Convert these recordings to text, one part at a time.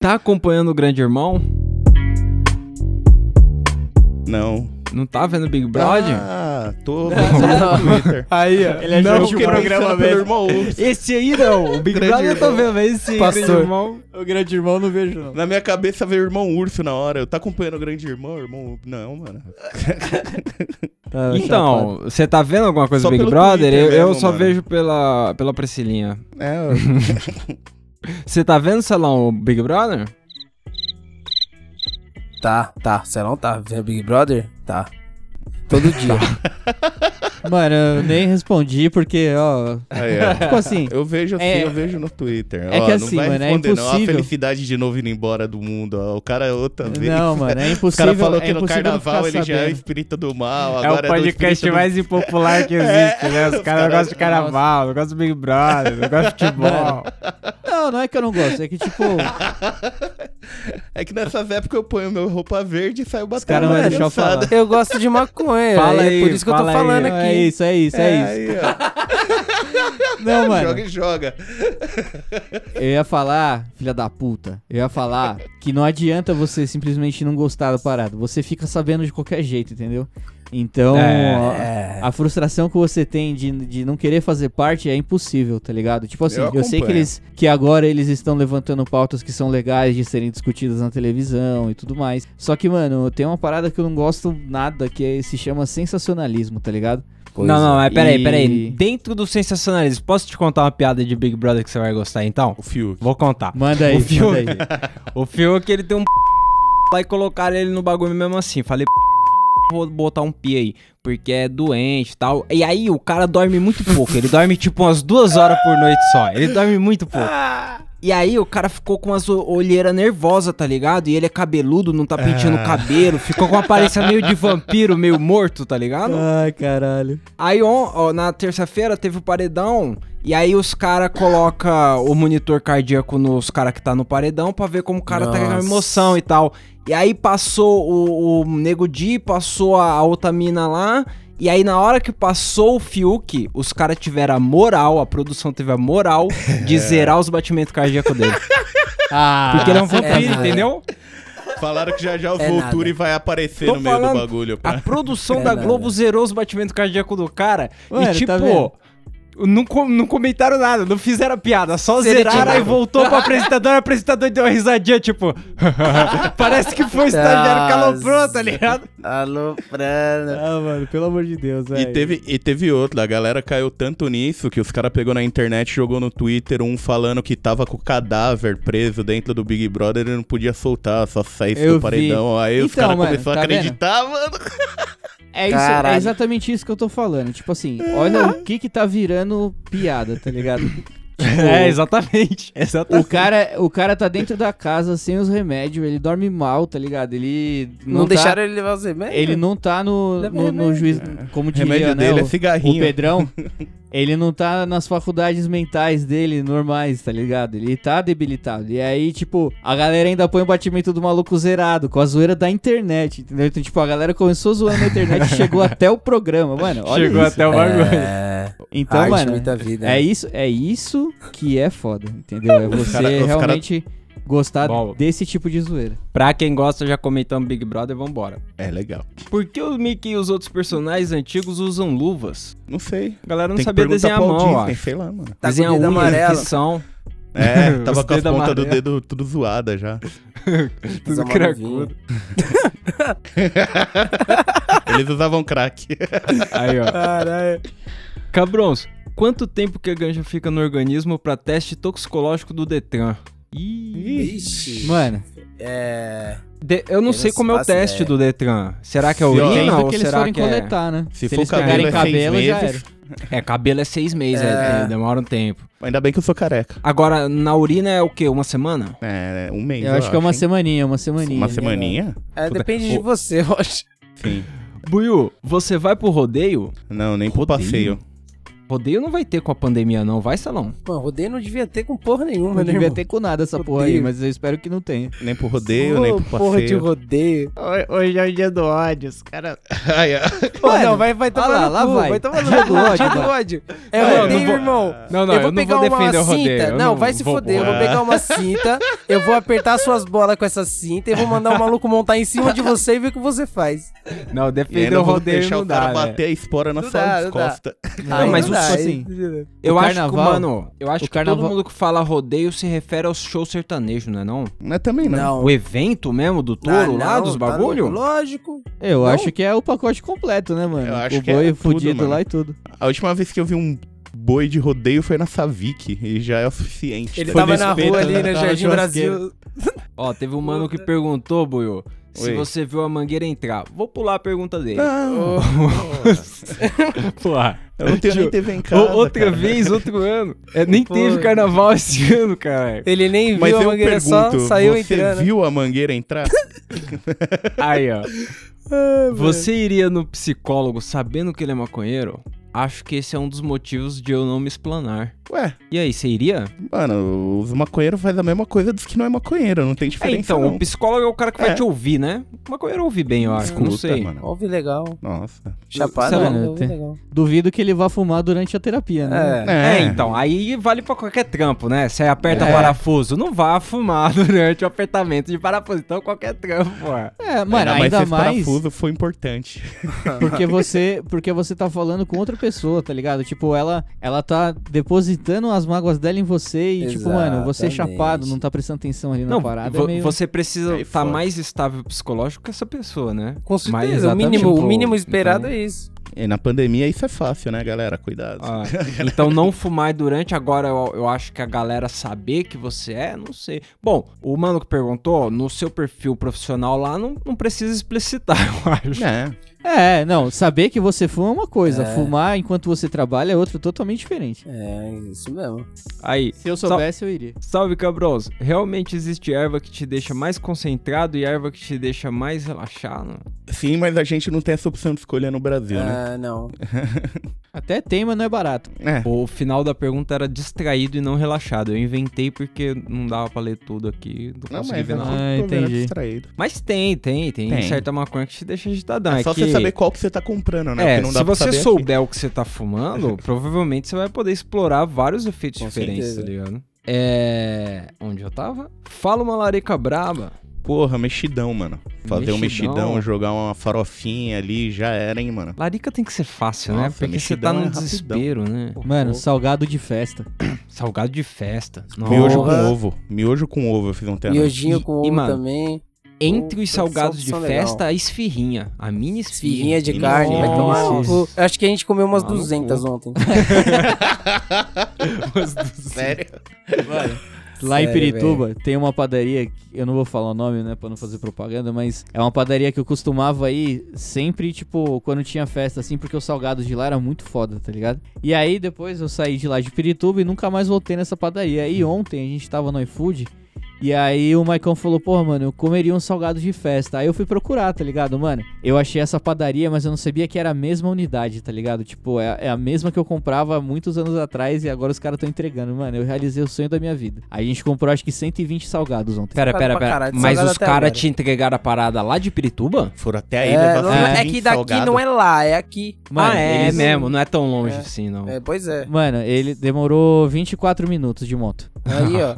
tá acompanhando o Grande Irmão? Não. Não tá vendo Big Brother? Ah, tô no Twitter. Aí, ó. Ele achou não, que o cara. programa Pelo mesmo. irmão Wolf. Esse aí não, o Big Grande Brother eu tô Irmão. vendo, mas esse Pastor. Grande Irmão... O grande irmão não vejo, não. Na minha cabeça veio o irmão urso na hora. Eu tá acompanhando o grande irmão, irmão. Não, mano. Ah, chapado. Então, você tá vendo alguma coisa Só do Big pelo Brother? Twitter Eu, eu mesmo, só mano. vejo pela, pela Priscilinha. É, Você tá vendo, Salão, o Big Brother? Tá, tá. Você não tá vendo Big Brother? Tá. Todo dia. Mano, eu nem respondi porque, ó. aí, ó. Tipo assim. Eu vejo assim, É. eu vejo no Twitter. É Ó, que não assim, vai mano, é responder, Não. A impossível. felicidade de novo indo embora do mundo. ó. O cara é outra vez. Não, mano, é Os caras impossível. falam é que no impossível carnaval ficar ele já é o sabendo. É espírito do mal. É agora é do espírito do- impopular que existe, né? Os caras não gostam de carnaval, não gostam de Big Brother, não gostam de futebol. Não, não é que eu não gosto. É que, tipo, É que nessas épocas eu ponho meu roupa verde e saio batendo. cara não vai na deixar eu criançada. Eu gosto de maconha. Fala é aí, por isso que eu tô fala aí, falando ó. aqui. é isso, é isso, é, isso. Aí, ó. É, Não, mano. joga e joga. Eu ia falar, filha da puta, eu ia falar que não adianta você simplesmente não gostar da parada. Você fica sabendo de qualquer jeito, entendeu? Então, É. a, a frustração que você tem de, de não querer fazer parte é impossível, tá ligado? Tipo assim, Eu eu, sei que acompanho. eles que agora eles estão levantando pautas que são legais de serem discutidas na televisão e tudo mais. Só que, mano, tem uma parada que eu não gosto nada que é- se chama sensacionalismo, tá ligado? Pois não, não, mas peraí, E- peraí. Dentro do sensacionalismo, posso te contar uma piada de Big Brother que você vai gostar então? O Fiuk. Vou contar. Manda aí, O manda filme. aí. O Fiuk, ele tem um p... lá e colocaram ele no bagulho mesmo assim. Falei, p... vou botar um pi aí, porque é doente e tal. E aí o cara dorme muito pouco. Ele dorme tipo umas duas horas por noite só. Ele dorme muito pouco. E aí o cara ficou com umas o- olheiras nervosas, tá ligado? E ele é cabeludo, não tá pintando o cabelo. Ficou com uma aparência meio de vampiro, meio morto, tá ligado? Ai, caralho. Aí on, ó, na terça-feira teve o paredão e aí os cara coloca o monitor cardíaco nos cara que tá no paredão pra ver como o cara tá com Nossa. emoção e tal. E aí passou o, o Nego Di, passou a, a outra mina lá. E aí na hora que passou o Fiuk, os caras tiveram a moral, a produção teve a moral de zerar os batimentos cardíacos dele. Ah, Porque ele é um é vampiro, nada. entendeu? Falaram que já já o É Volturi nada. vai aparecer Tô no meio falando. Ah, do bagulho. A pá. produção É da nada. Globo zerou os batimentos cardíacos do cara. Mano, e tipo, tá vendo? não, com- não comentaram nada, não fizeram piada, só Se ele zeraram tiver- e voltou pro apresentador. O apresentador deu uma risadinha, tipo. Parece que foi o estagiário caloprou, tá ligado? Alô, Prana. Ah, mano, pelo amor de Deus, velho. E teve, e teve outro, a galera caiu tanto nisso que os caras pegou na internet e jogou no Twitter um falando que tava com o cadáver preso dentro do Big Brother e não podia soltar, só saísse Eu do vi. paredão. Aí os Então, caras mano, começaram a tá vendo? acreditar, mano. É, isso, é Caralho. exatamente isso que eu tô falando. Tipo assim, olha o que que tá virando piada, tá ligado? É, exatamente. O Exatamente. cara, o cara tá dentro da casa sem os remédios, ele dorme mal, tá ligado? Ele não, Não, tá- deixaram ele levar os remédios? Ele não tá no, Leva no, no juiz. Como O remédio diria, né? dele é o- o, cigarrinho. Pedrão. Ele não tá nas faculdades mentais dele normais, tá ligado? Ele tá debilitado. E aí, tipo, a galera ainda põe o batimento do maluco zerado, com a zoeira da internet, entendeu? Então, tipo, a galera começou zoando na internet e chegou até o programa, mano. Olha Chegou isso. até o bagulho. É. Então, Arte, mano, muita vida. é isso, é isso que é foda, entendeu? É você cara- os cara- realmente gostar Bom. desse tipo de zoeira. Pra quem gosta, já comentamos Big Brother, vambora. É legal. Por que o Mickey e os outros personagens antigos usam luvas? Não sei. A galera não Tem que sabia perguntar desenhar a pro mão, Walt ó. Disney, sei lá, mano. Tá com Desenhar o dedo unha, amarelo. Ficção, É, Os tava com dedos as pontas do amarelos. dedo tudo zoada já. tudo Desenhar cracudo. Eles usavam crack. Aí, ó. Caralho. Cabrons, quanto tempo que a ganja fica no organismo pra teste toxicológico do Detran? Ih. Ixi. Mano, É. De- eu não Eu sei não como é o faço teste ideia. do Detran. Será que é Se eu- urina tempo ou que eles será forem que é... coletar, né? Se Se, for eles cabelo, pegarem é cabelo, seis já meses. era. É, cabelo é seis meses, É. é, demora um tempo. Ainda bem que eu sou careca. Agora, na urina é o quê? Uma semana? É, um mês. Eu acho que é uma hein? semaninha, uma semaninha. Uma semaninha? é depende de você, eu acho. Sim. Buiu, você vai pro rodeio? Não, nem pro passeio. Rodeio não vai ter com a pandemia, não, vai, Salão? Mano, rodeio não devia ter com porra nenhuma, Não né, devia irmão? ter com nada essa porra aí, Odeio. mas eu espero que não tenha. Nem pro rodeio, nem Ô, pro Porra de passeio. rodeio. Hoje é o dia do ódio, os caras. Ai, ai. Ô, não, vai, vai tomar Ah lá, no lá cu, vai. tomar no Dia cu, do ódio, dia do mano. ódio. É Ah, eu rodeio, não vou- irmão. Não, não, eu vou eu não pegar vou defender uma o rodeio. cinta. eu Não, vai se vou- foder. Eu vou Ah. pegar uma cinta, eu vou apertar suas bolas com essa cinta e vou mandar o maluco montar em cima de você e ver o que você faz. Não, E defender ainda o vou rodeio deixar não o cara dá, né? velho. bater a espora na Não sua dá, tipo, não dá. costa. Não, mas o- assim, Eu O acho carnaval- que, mano, eu acho o que carnaval- todo mundo que fala rodeio se refere ao show sertanejo, não é não? Não é também não. Não. O evento mesmo do Ah, touro lá, não, dos tá bagulho? louco, lógico. Eu acho que é o pacote completo, né, mano? Eu acho o que é boi tudo, fudido mano. lá e tudo. A última vez que eu vi um boi de rodeio foi na Savik e já é o suficiente. Ele tá tava ligado? na espeto, rua ali, né? né, Tava Jardim na Brasil. Ó, teve um mano que perguntou, Buiu, se Oi. você viu a mangueira entrar. Vou pular a pergunta dele. Não, Porra. eu não tenho nem TV em casa. Ou- outra cara. vez, outro ano. É, nem Pô. teve carnaval esse ano, cara. Ele nem viu Mas a eu mangueira pergunto, só, saiu você entrando. viu a mangueira entrar? Aí, ó. Você iria no psicólogo sabendo que ele é maconheiro? Acho que esse é um dos motivos de eu não me explanar. Ué, E aí, você iria? mano, os maconheiros fazem a mesma coisa dos que não é maconheiro, não tem É, diferença então, não. o psicólogo é o cara que vai É. te ouvir, né? O maconheiro ouve bem, eu acho. não Escuta, sei. mano. Ouve legal. Nossa. Chapado, Sei lá, ouve né, tem- legal. Duvido que ele vá fumar durante a terapia, né? É. É, então, aí vale pra qualquer trampo, né? Você aperta É. parafuso, não vá fumar durante o apertamento de parafuso, então qualquer trampo, ó. É, mano, mais ainda esse mais parafuso foi importante. porque você, porque você tá falando com outra pessoa, tá ligado? Tipo, ela, ela tá depositando as mágoas dela em você e, tipo, mano, você Exatamente. chapado, não tá prestando atenção ali na Não, parada. é vo- meio... você precisa Aí estar foda. mais estável psicológico que essa pessoa, né? Com Mas certeza, o exatamente, mínimo, o tipo, mínimo esperado então- é isso. E na pandemia isso é fácil, né, galera? Cuidado. é Ah, então não fumar durante agora, eu, eu acho que a galera saber que você é, não sei. Bom, o mano que perguntou, no seu perfil profissional lá, não, não precisa explicitar, eu acho. É. É, não, saber que você fuma é uma coisa, É. fumar enquanto você trabalha é outra totalmente diferente. É, isso mesmo. Aí, Se eu soubesse, eu iria. Salve, cabros! Realmente existe erva que te deixa mais concentrado e erva que te deixa mais relaxado? Sim, mas a gente não tem essa opção de escolha no Brasil, né? Ah, não. Até tem, mas não é barato. É. O final da pergunta era distraído e não relaxado. Eu inventei porque não dava pra ler tudo aqui, não Não, consegui mas é ver eu nada. não. Ah, tô vendo entendi. distraído. Mas tem, tem, tem, Tem. certa maconha que te deixa agitadão. É, É, só que... você saber qual que você tá comprando, né? É, Porque não dá se pra você saber aqui. souber o que você tá fumando, provavelmente você vai poder explorar vários efeitos Com diferentes, certeza. tá ligado? É. Onde eu tava? Fala uma larica braba. assim, Porra, mexidão, mano. Fazer um mexidão, Mexidão. jogar uma farofinha ali, já era, hein, mano. Larica tem que ser fácil, né? Nossa, Porque você mexidão tá é num rapidão. desespero, né? Mano, salgado de festa. Salgado de festa. Nossa. Miojo com ovo. Miojo com ovo eu fiz um ontem à noite. Miojinho com E, ovo mano, também. Entre os Puta, salgados essa de opção legal. festa, a esfirrinha. A mini esfirrinha. Esfirrinha de Sim, carne. Vai tomar no nossa. cu. Eu Acho que a gente comeu umas Tomar no 200 ontem. Sério? Lá em Sério, Pirituba tem uma padaria, que- eu não vou falar o nome, né, pra não fazer propaganda, mas é uma padaria que eu costumava ir sempre, tipo, quando tinha festa, assim, porque o salgado de lá era muito foda, tá ligado? E aí depois eu saí de lá de Pirituba e nunca mais voltei nessa padaria. E ontem a gente tava no iFood. E aí o Maicon falou, porra, mano, eu comeria um salgado de festa. Aí eu fui procurar, tá ligado, mano? Eu achei essa padaria, mas eu não sabia que era a mesma unidade, tá ligado? Tipo, é, é a mesma que eu comprava há muitos anos atrás e agora os caras estão entregando, mano. Eu realizei o sonho da minha vida. A gente comprou acho que 120 salgados ontem. Pera, Salgado pera, pra pera. caralho, Mas salgado os até caras agora. te entregaram a parada lá de Pirituba? Foram até aí, É, levaram não- uns é 20 que daqui salgado. não é lá, é aqui. Mano, ah, é, eles- mesmo. Não é tão longe É. assim, não. É, pois é. Mano, ele demorou 24 minutos de moto. Aí, É ó.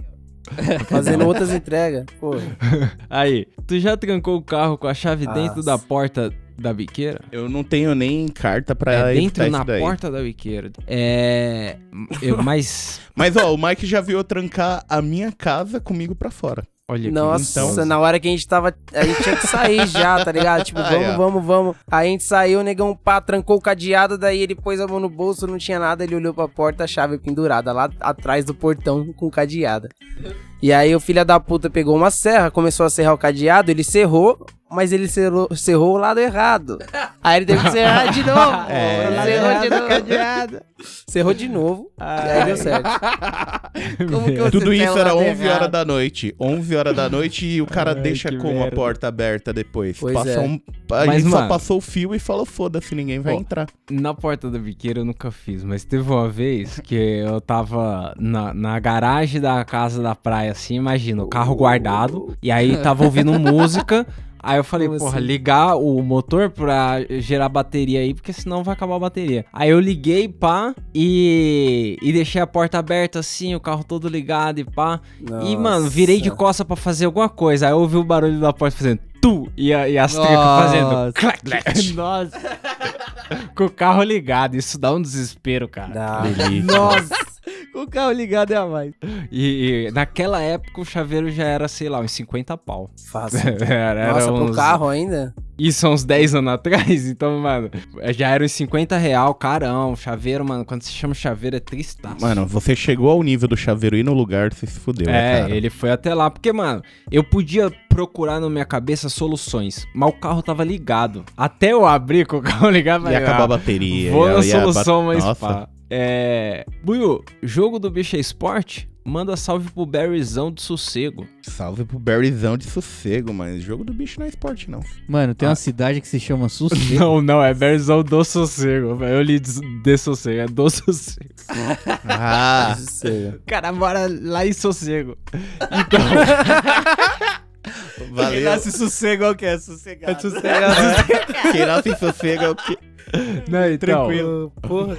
Fazendo outras entregas. Pô, Aí, tu já trancou o carro com a chave Ah, dentro da sim. porta da biqueira? Eu não tenho nem carta pra É, evitar dentro na isso daí. porta da biqueira. É. eu- mas. Mas, ó, o Mike já viu eu trancar a minha casa comigo pra fora. Olha então. então, que nossa, gostoso. na hora que a gente tava. A gente tinha que sair já, tá ligado? Tipo, Aí, ó. vamos, vamos, vamos. Aí a gente saiu, o negão pá, trancou o cadeado, daí ele pôs a mão no bolso, não tinha nada, ele olhou pra porta, a chave pendurada lá atrás do portão com cadeada. E aí o filho da puta pegou uma serra, começou a serrar o cadeado, ele serrou, mas ele serrou, serrou o lado errado. Aí ele teve que serrar de novo. É. Ele serrou de novo. Serrou de novo. E aí deu certo. Como que você Tudo tem isso o era lado 11 errado? horas da noite. 11 horas da noite e o cara deixa que com a merda. porta aberta depois. Pois Passa é. um- a Mas, gente só mano- passou o fio e falou, foda-se, ninguém vai Ó, entrar. Na porta da biqueira eu nunca fiz, mas teve uma vez que eu tava na, na garagem da casa da praia, assim, imagina, o carro guardado, e aí tava ouvindo música. Aí eu falei, Como porra, assim? ligar o motor pra gerar bateria aí, porque senão vai acabar a bateria. Aí eu liguei, pá, e, e deixei a porta aberta assim, o carro todo ligado e pá. E, mano, virei de Nossa. costa pra fazer alguma coisa. Aí eu ouvi o barulho da porta fazendo tu e, a- e as trancas fazendo Nossa. clac, clac. Nossa. Com o carro ligado, isso dá um desespero, cara. Dá. Nossa! Com o carro ligado é a mais. E, e naquela época o chaveiro já era, sei lá, uns 50 pau. Fácil. Era, era Nossa, pro uns- carro ainda? Isso há uns 10 anos atrás, então, mano, já era uns 50 real, carão, chaveiro, mano, quando se chama chaveiro é tristaço. Mano, você chegou ao nível do chaveiro e no lugar, você se fudeu, né, É, cara. ele foi até lá. Porque, mano, eu podia procurar na minha cabeça soluções, mas o carro tava ligado. Até eu abrir com o carro ligado, Ia falei, acabar "Ah, a bateria. Vou ia- na ia bat- solução, mas Nossa. pá. É. Buiu, jogo do bicho é esporte? Manda salve pro Barryzão do Sossego. Salve pro Barryzão de sossego, mas jogo do bicho não é esporte, não. Mano, Ah. tem uma cidade que se chama Sossego. Não, não, é Barryzão do Sossego. velho. Eu li des- de Sossego, é do Sossego. Ah, O cara mora lá em Sossego. valeu. sossego é o que? É sossegado. Quem nasce em sossego é o que... Não, então, Tranquilo. Porra.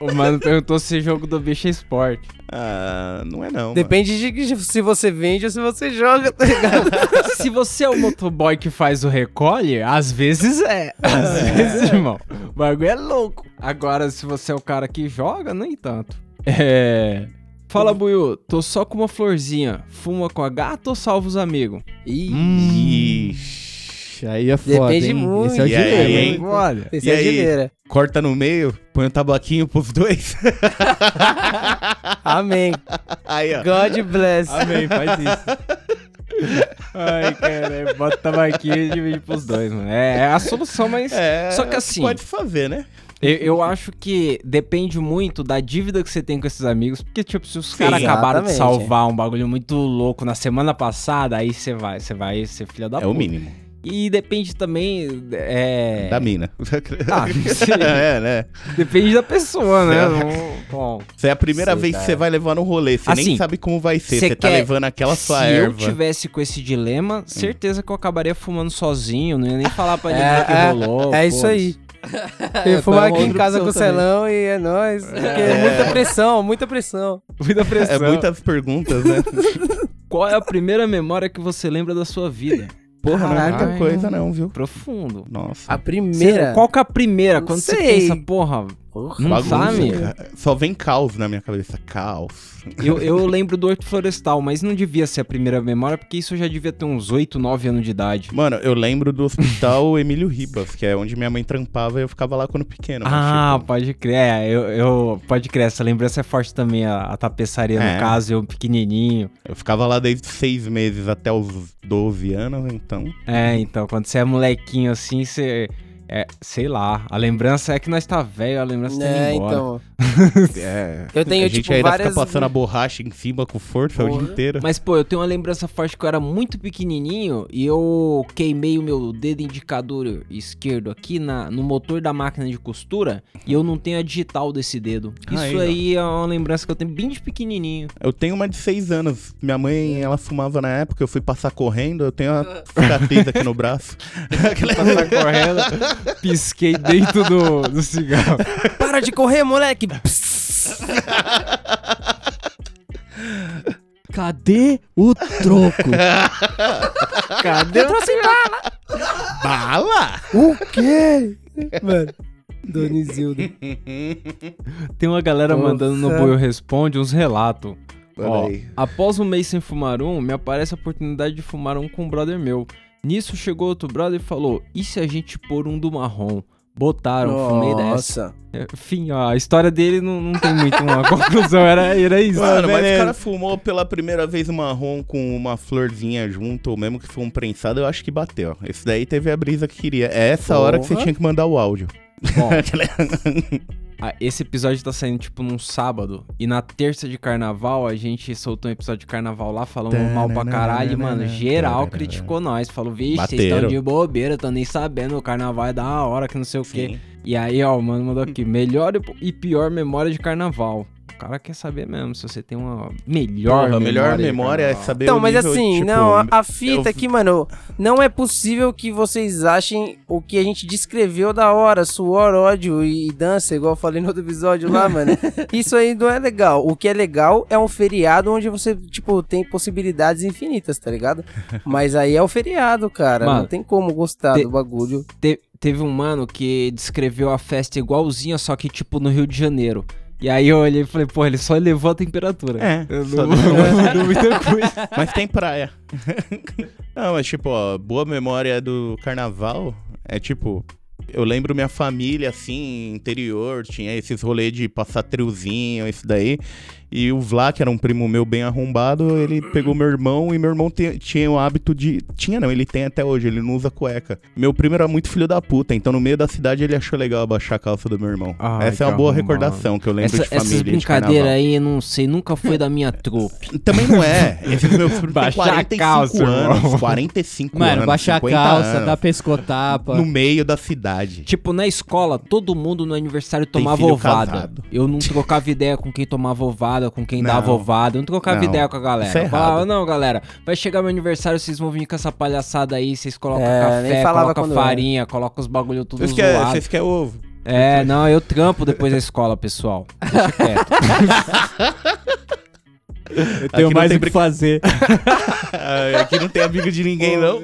O mano perguntou se jogo do bicho é esporte. Ah, não é não, Depende de que- se você vende ou se você joga, tá ligado? se você é o motoboy que faz o recolhe, às vezes é. Às vezes, irmão. O bagulho é louco. Agora, se você é o cara que joga, nem tanto. É. Fala, Buiu, tô só com uma florzinha. Fuma com a gata ou salva os amigos? Ih, mano. Ixi. Aí é foda, Depende hein? muito. Esse é o E aí, dilema, hein? hein? Olha. esse E é aí? gileira. Corta no meio, põe um tabaquinho pros dois. Amém. Aí, ó. God bless. Amém, faz isso. Ai, cara, é, bota tabaquinho e divide pros dois, mano. É, é a solução, mas. É, Só que assim, Pode fazer, né? eu, eu acho que depende muito da dívida que você tem com esses amigos. Porque, tipo, se os Sim. caras acabaram de Exatamente. salvar um bagulho muito louco na semana passada, aí você vai, você vai ser filha da É o mínimo. E depende também. É. Da mina. Ah, não sei. é, né? Depende da pessoa, né? É. Não- Bom, Você é a primeira Sei, vez que cara. você vai levar no rolê. Você nem tá. Assim, sabe como vai ser. você Você tá quer- levando aquela sua se eu erva. Hum. tivesse com esse dilema, certeza que eu acabaria fumando sozinho, não ia nem falar pra É, ninguém que é, rolou. é isso foda-se. aí. É, Ah, Eu tá fumar foi uma aqui em outra casa com o opção também. Celão e é nóis. Porque é muita pressão, muita pressão. Muita pressão. É muitas perguntas, né? Qual é a primeira memória que você lembra da sua vida? Porra, não é Caraca. Ah, muita coisa, não, viu? Profundo. Nossa. A primeira. Qual que é a primeira? Quando você Sei. pensa, porra, Porra. não Bagunça, sabe? né, cara. Só vem caos na minha cabeça. Caos. Eu, eu lembro do Horto Florestal, mas não devia ser a primeira memória, porque isso eu já devia ter uns 8, 9 anos de idade. Mano, eu lembro do hospital Emílio Ribas, que é onde minha mãe trampava e eu ficava lá quando pequeno. mas, Ah, tipo, pode crer. É, eu, eu- pode crer, essa lembrança é forte também, a, a tapeçaria, É. no caso, eu pequenininho. eu ficava lá desde seis meses até os 12 anos, então. É, então, quando você é molequinho assim, você. É, sei lá, a lembrança é que nós tá velho, a lembrança tá indo É, embora. então. É. Eu tenho, a gente tipo, ainda várias. fica passando a borracha em cima com força o dia Porra. inteiro. Mas, pô, eu tenho uma lembrança forte que eu era muito pequenininho e eu queimei o meu dedo indicador esquerdo aqui na, no motor da máquina de costura e eu não tenho a digital desse dedo. Isso Aí, aí, ó. é uma lembrança que eu tenho bem de pequenininho. Eu tenho uma de 6 anos. Minha mãe, ela fumava na época, eu fui passar correndo, eu tenho uma cicatriz aqui no braço. Passar tá correndo, pisquei dentro do, do cigarro. Para de correr, moleque! Psss. Cadê o troco? Cadê? Bala! O quê? Mano. Donizildo. Tem uma galera Nossa. mandando no Buio Responde uns relatos. Ó, Peraí. após um mês sem fumar um, me aparece a oportunidade de fumar um com um brother meu. Nisso chegou outro brother e falou: e se a gente pôr um do marrom? Botaram, fumei dessa. Nossa. Enfim, ó, a história dele não, não tem muito uma conclusão, era, era isso. Mano, mas o beleza. cara fumou pela primeira vez um marrom com uma florzinha junto, ou mesmo que foi um prensado, eu acho que bateu. Esse daí teve a brisa que queria. É essa hora que você Porra. tinha que mandar o áudio. Bom, ah, esse episódio tá saindo tipo num sábado. E na terça de carnaval, a gente soltou um episódio de carnaval lá, falando mal pra caralho. E, mano, geral criticou nós. Falou, vixe, vocês estão Bateram. de bobeira, tão nem sabendo. O carnaval é da hora, que não sei o quê. Sim. E aí, ó, o mano mandou aqui: melhor e pior memória de carnaval. O cara quer saber mesmo se você tem uma melhor Porra, a memória. melhor de memória é carnaval. saber Então, o mas nível, assim, tipo, não, a, a fita eu- aqui, mano, não é possível que vocês achem o que a gente descreveu da hora, suor, ódio e, e dança, igual eu falei no outro episódio lá, mano. Isso aí não é legal. O que é legal é um feriado onde você, tipo, tem possibilidades infinitas, tá ligado? Mas aí é o feriado, cara. Mano, não tem como gostar te- do bagulho. Te- teve um mano que descreveu a festa igualzinha, só que tipo no Rio de Janeiro. E aí eu olhei e falei, pô, ele só elevou a temperatura. É, Eu só não, deu- não mudou muita coisa. Mas tem praia. Não, mas tipo, ó, boa memória do carnaval é tipo. Eu lembro minha família, assim, interior, tinha esses rolês de passar triozinho, isso daí. E o Vlá, que era um primo meu bem arrombado, ele pegou meu irmão e meu irmão te- tinha o hábito de. Tinha não, ele tem até hoje, ele não usa cueca. Meu primo era muito filho da puta, então no meio da cidade ele achou legal abaixar a calça do meu irmão. Ai, Essa é que uma boa arrombado. recordação que eu lembro Essa- de família. essas de carnaval. brincadeiras aí, eu não sei, nunca foi da minha trupe. Também não é. Esse meu filho tem Baixar a 45 calça, anos. irmão. 45 Mano, anos. baixar a 50 calça, anos, dar pescotapa. No meio da cidade. Tipo, na escola, todo mundo no aniversário Tem tomava filho ovada. casado. Eu não trocava ideia com quem tomava ovada, com quem Não. dava ovada. Eu não trocava Não. ideia com a galera. Isso é Eu falava, errado. não, galera, vai chegar meu aniversário, vocês vão vir com essa palhaçada aí, vocês colocam É, café, nem falava colocam quando era. farinha, colocam os bagulho tudo Vocês zoado. querem vocês querem ovo? É, não, eu trampo depois da escola, pessoal. Deixa quieto. Eu um tenho mais o que fazer. Ah, Aqui não tem amigo de ninguém, não.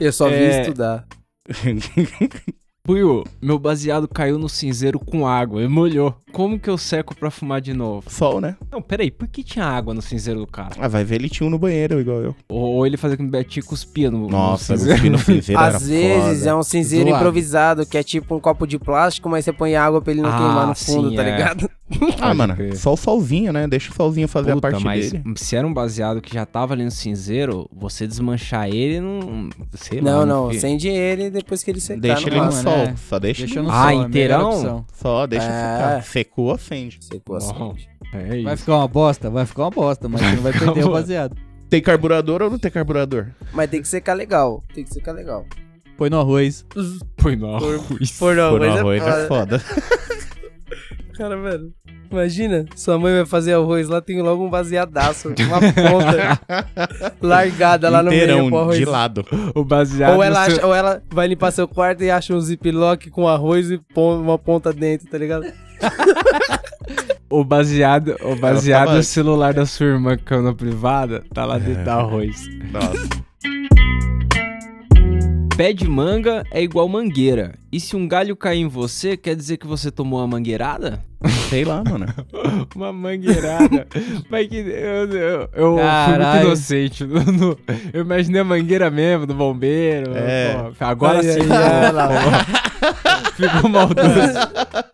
Eu só É. vi estudar. Puiu, meu baseado caiu no cinzeiro com água e molhou. Como que eu seco pra fumar de novo? Sol, né? Não, peraí, por que tinha água no cinzeiro do cara? Ah, vai ver, ele tinha um no banheiro, igual eu. Ou, ou ele fazia com o Betinho e cuspia no, no Nossa, cinzeiro? cuspir no cinzeiro era Às vezes foda. é um cinzeiro Zoado. improvisado, que é tipo um copo de plástico, mas você põe água pra ele não Ah, queimar no fundo, sim, tá é. ligado? Ah, mano, crer. só o solzinho, né? Deixa o solzinho fazer Puta, a parte mas dele. se era um baseado que já tava ali no cinzeiro, você desmanchar ele não. Sei lá. Não, né, não, filho? acende ele e depois que ele secar. Deixa não ele no passa. mano, sol. é. Só deixa, Deixa no Ah, sol, é a melhor inteirão? opção. Só deixa né? É. ficar. Secou, acende. Secou assim. Bom, É Vai isso. ficar uma bosta? Vai ficar uma bosta, mas você não vai perder o baseado. Tem carburador ou não tem carburador? Mas tem que secar legal. Tem que secar legal. Põe no arroz. Põe no Por Por arroz é foda. Cara, velho. Imagina, sua mãe vai fazer arroz, lá tem logo um baseadaço, uma ponta largada Tá lá no meio pro Inteirão, arroz. de lado. O baseado. Ou ela, no seu- acha- ou ela vai limpar seu quarto e acha um ziplock com arroz e põe uma ponta dentro, tá ligado? O baseado, tá o baseado é tava- o celular da sua irmã que caiu na privada, tá lá É. dentro do arroz. Nossa. Pé de manga é igual mangueira. E se um galho cair em você, quer dizer que você tomou uma mangueirada? Sei lá, mano. Uma mangueirada. Mas que. Eu, eu, eu fui muito Caralho. inocente. no- no- eu imaginei a mangueira mesmo, do bombeiro. É. pô, agora Ai, sim. ai, pô, ai, pô, Ficou maldoso.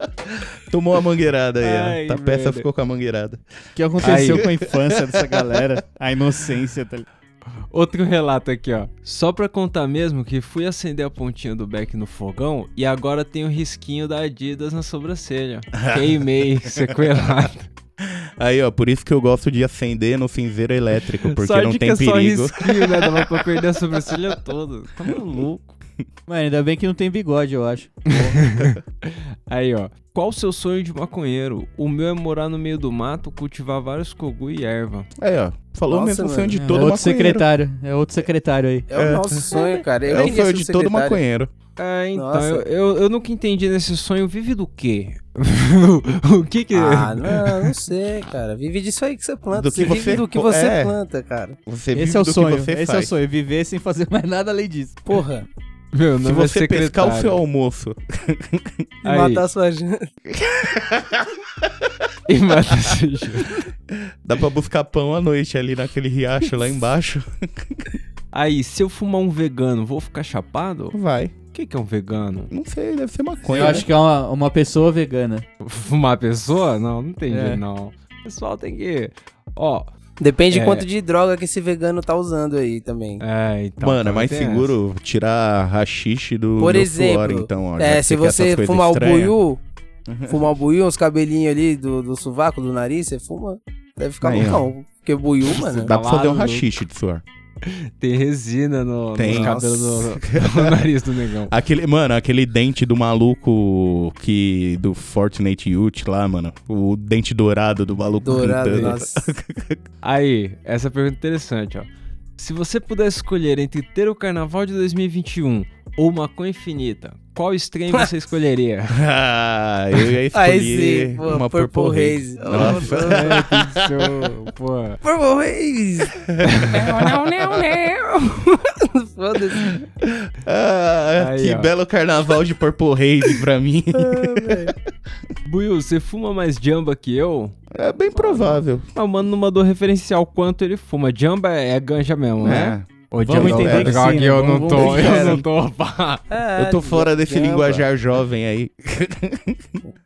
Tomou a mangueirada aí, Ai, ó. Tá, A peça velho. ficou com a mangueirada. O que aconteceu com a infância dessa galera? A inocência, tá ligado? Outro relato aqui, ó. Só pra contar mesmo que fui acender a pontinha do Beck no fogão e agora tem o risquinho da Adidas na sobrancelha. Queimei, sequelado. Aí, ó, por isso que eu gosto de acender no cinzeiro elétrico, porque Sorte não que tem é só perigo. risquinho, né? Dava pra perder a sobrancelha toda. Tá maluco. Mano, ainda bem que não tem bigode, eu acho. Aí, ó. Qual o seu sonho de maconheiro? O meu é morar no meio do mato, cultivar vários cogu e erva. Aí, É, ó. Falou o Nossa, mesmo mano. sonho de é todo outro maconheiro. secretário. É outro secretário aí. É o É. nosso sonho, cara. Eu é o queria sonho ser de secretário. todo maconheiro. É, então, Nossa. eu, eu, eu nunca entendi nesse sonho. Vive do quê? o que que... Ah, não, não sei, cara. Vive disso aí que você planta. Do que vive você- do que você é. planta, cara. Você vive Esse é o do que sonho. você Esse é faz. o sonho. Viver sem fazer mais nada além disso. Porra, Meu Se nome é você pescar secretário. o seu almoço, e Aí. matar sua gente. um E mata esse jogo. dá pra buscar pão à noite ali naquele riacho lá embaixo. Aí, se eu fumar um vegano, vou ficar chapado? Vai. O que, que é um vegano? Não sei, deve ser maconha. Eu né? acho que é uma, uma pessoa vegana. Uma pessoa? Não, não tem É. jeito, não. O pessoal tem que. Ó, Depende É. de quanto de droga que esse vegano tá usando aí também. é, então. Mano, é também mais tem essa. seguro tirar rachixe do Por meu exemplo, suor, então, ó. já É, que se quer essas você coisas fumar estranhas. Uhum. o buiú, fumar o buiú, uns cabelinhos ali do, do sovaco, do nariz, você fuma, deve ficar Aí, ó. loucão. Porque buiú, mano, Dá pra fazer um Maluco. rachixe de suor. Tem resina no, Tem. no cabelo do, do nariz do negão. Aquele, mano, aquele dente do maluco que. do Fortnite Youth lá, mano. O dente dourado do maluco dourado, gritando. nossa. Aí, essa pergunta é interessante, ó. Se você pudesse escolher entre ter o carnaval de 2021 ou maconha infinita, qual stream você escolheria? Ah, eu ia escolher Aí sim, pô, uma Purple, Purple, Haze. Haze. Nossa. É, que show, pô. Purple Haze! Não, não, não. Foda-se. Ah, Aí, que ó. belo carnaval de Purple Haze pra mim. Buiu, você fuma mais jamba que eu? É bem provável. Mas o mano não mandou referencial quanto ele fuma. Jamba é ganja mesmo, né? É. Ou Vamos jamba entender é que legal sim, que né? eu Vamos- não vamos tô, ver que eu é. não tô, pá. É, Eu tô fora desse Jamba. linguajar jovem aí.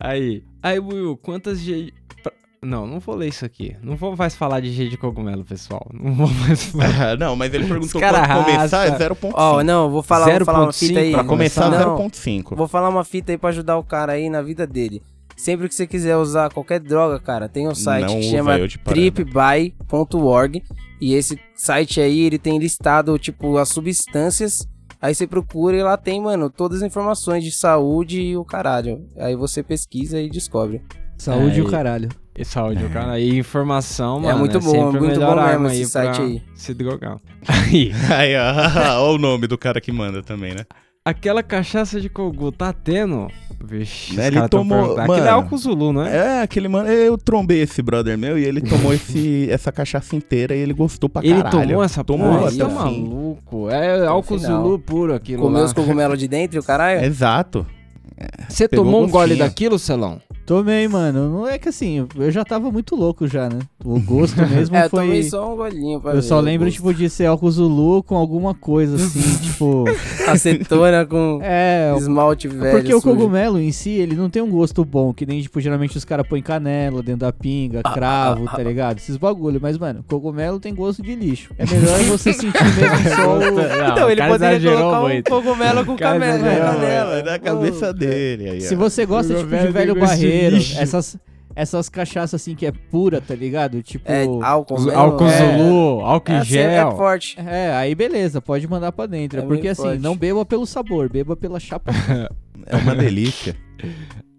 Aí, aí, Buiu, quantas ge... pra- Não, não vou ler isso aqui. Não vou mais falar de jeito de cogumelo, pessoal. Não vou mais falar. Ah, não, mas ele perguntou cara quando começar, é arrasta. 0.5. Ó, não, vou falar, vou falar uma 0.5 fita aí. pra pra começar, começar, não, 0.5. Vou falar uma fita aí pra ajudar o cara aí na vida dele. Sempre que você quiser usar qualquer droga, cara, tem um site Não que usa chama eu de parada. tripbuy.org e esse site aí, ele tem listado, tipo, as substâncias. Aí você procura e lá tem, mano, todas as informações de saúde e o caralho. Aí você pesquisa e descobre. Saúde É, e o caralho. E É. saúde, o cara. E informação, mano. é muito bom, sempre é a muito melhor bom mesmo arma esse aí site pra aí. Se drogar. Aí, Aí, ó, ó o nome do cara que manda também, né? aquela cachaça de Kogu tá tendo. Vixe, Né, os ele caras tão tomou- perguntando. Aquilo é mano. álcool Zulu, né? É, aquele mano. Eu trombei esse brother meu e ele tomou esse, essa cachaça inteira e ele gostou pra Ele caralho. tomou essa Tomou porra? até Você tá o fim. maluco. É álcool final. Zulu puro aquilo Comeu lá. os cogumelos de dentro e o É caralho? Exato. Você pegou tomou um gole gostinho. daquilo, Celão? Tomei, mano. Não é que assim, eu já tava muito louco já, né? O gosto mesmo É, eu foi. tomei só um golinho pra Eu só ver o lembro, gosto. tipo, de ser álcool Zulu com alguma coisa assim, tipo. Acetona com É, esmalte velho. porque o sujo. cogumelo em si, ele não tem um gosto bom, que nem, tipo, geralmente os caras põem canela dentro da pinga, Ah, cravo, tá ligado? Esses bagulho. Mas, mano, cogumelo tem gosto de lixo. É melhor você sentir mesmo só o. Então, um um cogumelo com cara camelo- exagerou, canela. né, É da cabeça dele aí. Se ó. você gosta, tipo, de Cogumelo velho tem gosto de barreiro, lixo. essas, essas cachaças assim que é pura, tá ligado? Tipo. É, álcool mesmo, Álcool é. Zulu, álcool É, em assim, é gel. forte. É, aí beleza, pode mandar pra dentro. É É porque meio assim, forte. não beba pelo sabor, beba pela chapa. É uma delícia.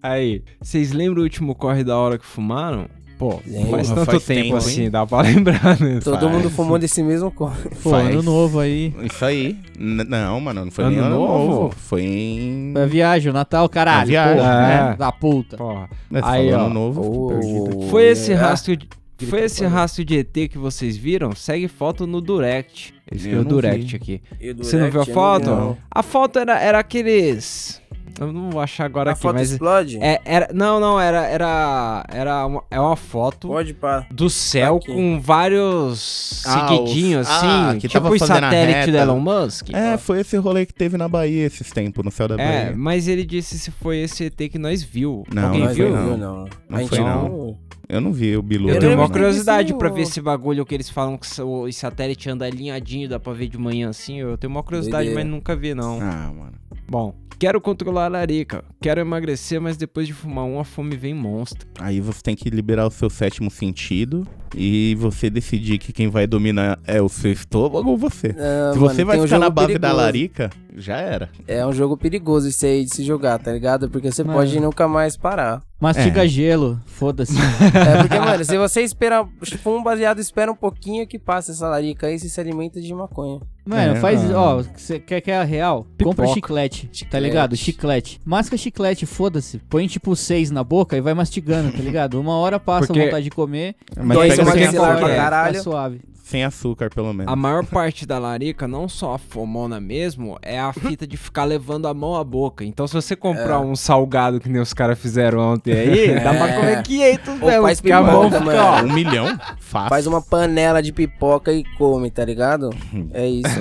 Aí, vocês lembram o último corre da hora que fumaram? Pô, Lembro. faz Porra, tanto faz tempo, tempo, hein? assim, dá pra lembrar, né? Todo Faz. mundo fumou desse mesmo corpo. Pô, Faz. ano novo aí. Isso aí. N- não, mano, não foi Ano nem ano novo? novo. Foi em. Pra É viagem, o Natal, caralho. Pra viagem. porra, É. né? Da puta. Porra. Né, você Aí, falou ó. ano novo, fico perdido aqui. Foi esse rastro de... tá Grita Foi esse pra lá. rastro de ET que vocês viram? Segue foto no direct. Ele Eu escreveu não direct vi. aqui. Você não viu é é a foto? não. A foto era, era aqueles. Eu não vou achar agora A aqui, foto mas. explode? É, era, não, não, era. Era. Era uma, é uma foto Pode pá. do céu Aqui. com vários Ah, seguidinhos, os- ah, assim. que tipo tava o fazendo a satélite reta. do Elon Musk. É, foi esse rolê que teve na Bahia esses tempos, no céu da É, Bahia. mas ele disse se foi esse ET que nós viu. Não, Alguém não Nós viu? foi, não viu, não. Não a gente foi, não. Eu não vi o Bilu. Ah, Eu Eu tenho lembro uma que curiosidade desse pra o- ver esse bagulho que eles falam que so- o satélite anda alinhadinho, dá pra ver de manhã assim. Eu tenho uma curiosidade, Doideira. mas nunca vi, não. Ah, mano. Bom, quero controlar a larica. Quero emagrecer, mas depois de fumar um, a fome vem monstro. Aí você tem que liberar o seu sétimo sentido e você decidir que quem vai dominar é o seu estômago ou você. Ah, Se você vai um ficar na base da larica, já era. É um jogo perigoso isso aí de se jogar, tá ligado? Porque você Mano. pode nunca mais parar. Mastiga gelo, foda-se. É porque, mano, se você espera, fuma um baseado, espera um pouquinho que passa essa larica aí, você se alimenta de maconha. Mano, É, faz. mano. Ó, você quer que é a real? Compra chiclete, tá Chiclete. ligado? Chiclete. Masca chiclete, foda-se. Põe tipo seis na boca e vai mastigando, tá ligado? Uma hora passa Porque- a vontade de comer. Mas Dois pega uma você sem, que acorda, lá pra tá caralho. suave. sem açúcar, pelo menos. A maior parte da larica, não só a fomona mesmo, é a fita de ficar levando a mão à boca. Então, se você comprar um salgado que nem os caras fizeram ontem aí, dá pra É. comer né? 500 Ou mesmo. faz Porque a mão pipoca, fica, ó, Um milhão? Fácil. Faz Uhum. uma panela de pipoca e come, tá ligado? É isso.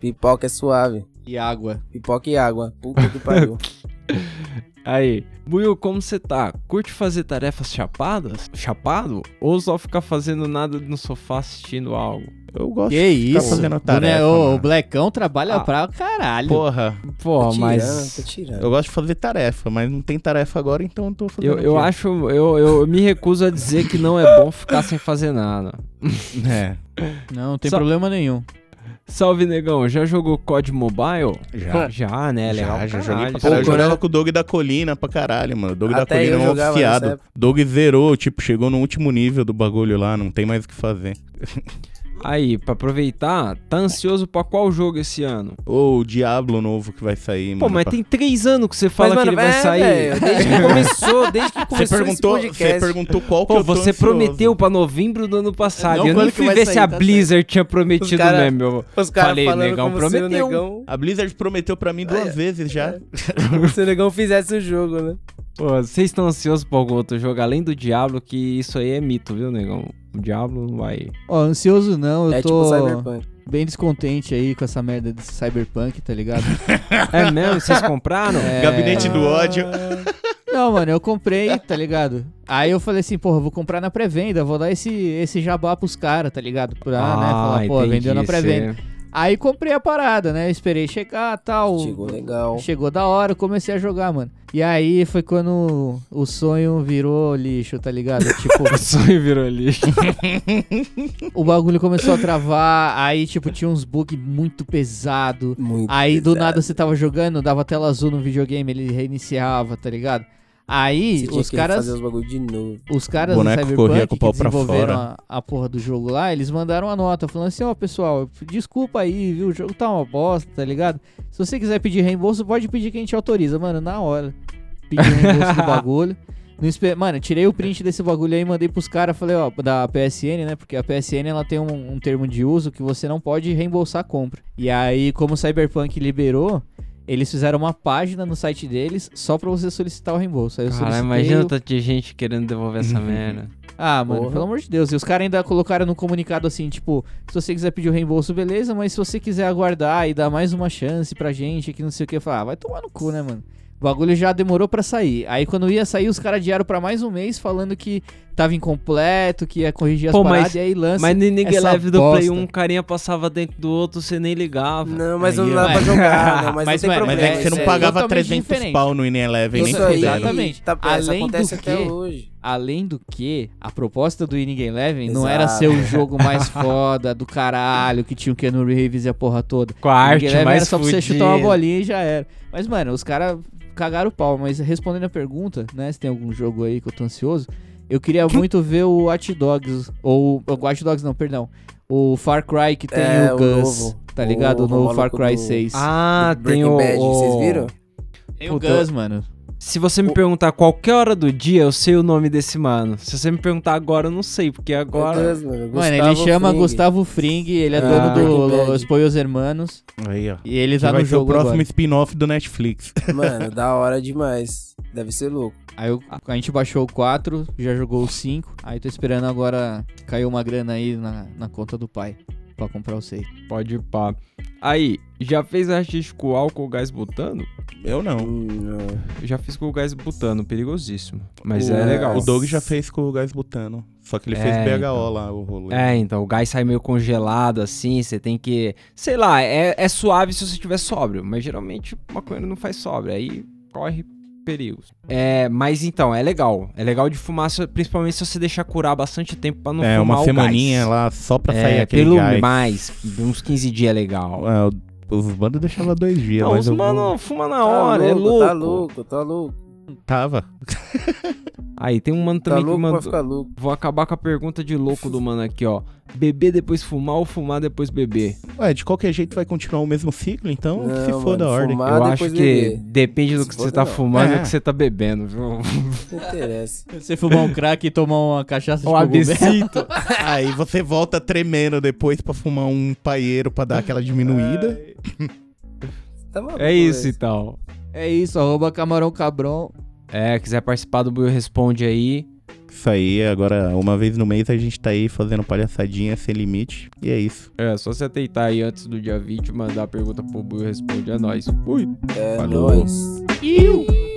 pipoca é suave. E água. Pipoca e água. Puta que pariu. Aí, Buiu, como você tá? Curte fazer tarefas chapadas? Chapado? Ou só ficar fazendo nada no sofá assistindo algo? Eu gosto. Que de ficar isso? fazendo Boné, tarefa, ô, mano. o Blackão trabalha Ah. pra caralho. Porra, Pô, Tô tirando, mas. tô tirando. eu gosto de fazer tarefa, mas não tem tarefa agora, então eu tô fazendo. Eu, eu aqui. acho. Eu, eu me recuso a dizer que não é bom ficar sem fazer nada. É, Não, não tem Só- problema nenhum. Salve, negão. Já jogou COD Mobile? Hum, já. Já, né? Legal. Ah. já, já pra joguei caralho. pra caralho. Eu Pouco, jogava né? com o Doug da Colina pra caralho, mano. O Doug da Até Colina eu é um jogava nessa oficiado. época. Doug zerou, tipo, chegou no último nível do bagulho lá, não tem mais o que fazer. Aí, pra aproveitar, tá ansioso pra qual jogo esse ano? Ou o Diablo novo que vai sair, mano. Pô, mas pra- tem três anos que você fala que ele vai é, sair. velho, desde que começou, desde que Você começou perguntou, esse você podcast. perguntou qual que Pô, eu tô você ansioso. prometeu pra novembro do ano passado. Não, eu quando nem que fui vai ver sair, se a tá Blizzard tinha prometido né, Os cara- mesmo. Eu- Os caras Falei, falando negão como se o prometeu. negão, A Blizzard prometeu pra mim É. duas vezes já. se o negão fizesse o jogo, né? Pô, vocês estão ansiosos por algum outro jogo além do Diablo, que isso aí é mito, viu, negão? O Diablo não vai. Ó, ansioso não, eu é tipo tô Cyberpunk. bem descontente aí com essa merda desse Cyberpunk, tá ligado? É mesmo? Vocês compraram? É. Gabinete do Ah, ódio. Não, mano, eu comprei, tá ligado? Aí eu falei assim, porra, eu vou comprar na pré-venda, vou dar esse, esse jabá pros caras, tá ligado? Pra, né, falar, pô, Ah, entendi, vendeu na cê- pré-venda. Aí comprei a parada, né? Esperei chegar tal. Chegou legal. Chegou da hora, eu comecei a jogar, mano. E aí foi quando o sonho virou lixo, tá ligado? Tipo, O sonho virou lixo. o bagulho começou a travar, aí, tipo, tinha uns bug muito pesado. Muito. Aí do nada você tava jogando, dava tela azul no videogame, ele reiniciava, tá ligado? Você Aí tinha os que caras, fazer os bagulho de novo. os caras O do boneco corria com Cyberpunk o pau que pra desenvolveram fora. a, a porra do jogo lá, eles mandaram a nota falando assim, ó, pessoal, desculpa aí, viu? O jogo tá uma bosta, tá ligado? Se você quiser pedir reembolso, pode pedir que a gente autoriza, mano, na hora. Pedi o reembolso do bagulho. Não espe- Mano, eu tirei o print desse bagulho aí, mandei pros caras, falei, ó, da PSN, né? Porque a PSN ela tem um, um termo de uso que você não pode reembolsar a compra. E aí, como o Cyberpunk liberou, eles fizeram uma página no site deles só pra você solicitar o reembolso. Aí eu Uhum. Cara, solicitei imagina o- tanta gente querendo devolver essa merda. ah, mano, Porra. pelo amor de Deus. E os caras ainda colocaram no comunicado assim, tipo, se você quiser pedir o reembolso, beleza, mas se você quiser aguardar e dar mais uma chance pra gente, que não sei o que, eu falei, ah, vai tomar no cu, né, mano? O bagulho já demorou pra sair. Aí quando ia sair, os caras adiaram pra mais um mês falando que tava incompleto, que ia corrigir as Pô, mas- paradas, e aí lança. Mas no Ninguém essa Live do Play bosta. 1, um carinha passava dentro do outro, você nem ligava. Não, mas Aí, não dá ó. pra jogar, não, mas, Mas, não tem mano, Mas problema. é que você isso não aí. pagava totalmente 300 diferente. pau no Ineleven, nem Isso aí, fudendo. Exatamente. Tá, isso Além do acontece até que- hoje. Além do que, a proposta do Inning Eleven não era Exato. ser o jogo mais foda do caralho, que tinha o Keanu Reeves e a porra toda. Com a arte Ninguém leva, mais era só pra fudida. você chutar uma bolinha e já era. Mas, mano, os caras cagaram o pau. Mas respondendo a pergunta, né? Se tem algum jogo aí que eu tô ansioso, eu queria muito ver o Watch Dogs. Ou. O Watch Dogs, não, perdão. O Far Cry que tem É, o o Gus. novo. tá ligado? O O, novo Far maluco Cry do- 6. Ah, tem Breaking o... Bad, vocês o- viram? tem puta, mano. Se você me O- perguntar qualquer hora do dia, eu sei o nome desse mano. Se você me perguntar agora, eu não sei, porque Meu agora. Deus, mano. Mano, ele Gustavo chama Fring. Gustavo Fring, ele é Ah, dono do Breaking Bad. Los Pollos Hermanos. Aí, ó. E ele Que tá vai no ser o jogo próximo agora. spin-off do Netflix. Mano, da hora demais. Deve ser louco. Aí eu- a gente baixou o 4, já jogou o 5. Aí tô esperando agora caiu uma grana aí na, na conta do pai pra comprar o 6. Pode ir pá. Aí, já fez artístico álcool gás butano? Eu não. Hum, não. Já fiz com o gás butano, perigosíssimo. Mas o, é legal. O Doug já fez com o gás butano. Só que ele fez É, PHO então. lá, o rolê. É, então, o gás sai meio congelado assim, você tem que. Sei lá, é, é suave se você estiver sóbrio, mas geralmente maconheiro não faz sóbrio, aí corre perigos. É, mas então, é legal. É legal de fumar, se- principalmente se você deixar curar bastante tempo pra não É, fumar uma o semaninha gás. lá só pra é, sair aquele pelo gás. mais, uns 15 dias é legal. É, o- os bandos deixavam dois dias, Não, mas os eu mano fuma na Tá hora, é louco, louco. Tá louco, tá louco. tava. Aí tem um mano Tá também que louco pra mandou. ficar louco. Vou acabar com a pergunta de louco do mano aqui, ó. Beber depois fumar ou fumar depois beber? Ué, de qualquer jeito vai continuar o mesmo ciclo, então que se Não, foda a mano, ordem. fumar- Ah, Eu acho depois que beber. depende do Se que for você tá não. fumando e É. do que você tá bebendo, viu? Não interessa. Você fumar um crack e tomar uma cachaça de O absinto. Aí você volta tremendo depois pra fumar um paieiro pra dar aquela diminuída. Tá maluco, É isso velho. então. É isso, arroba camarão cabrão. É, quiser participar do Buio Responde aí, Isso aí, agora uma vez no mês a gente tá aí fazendo palhaçadinha sem limite. E é isso. É, só você tentar aí antes do dia 20 mandar a pergunta pro Buio responde a nós. É Fui. É Falou. nóis. Iu.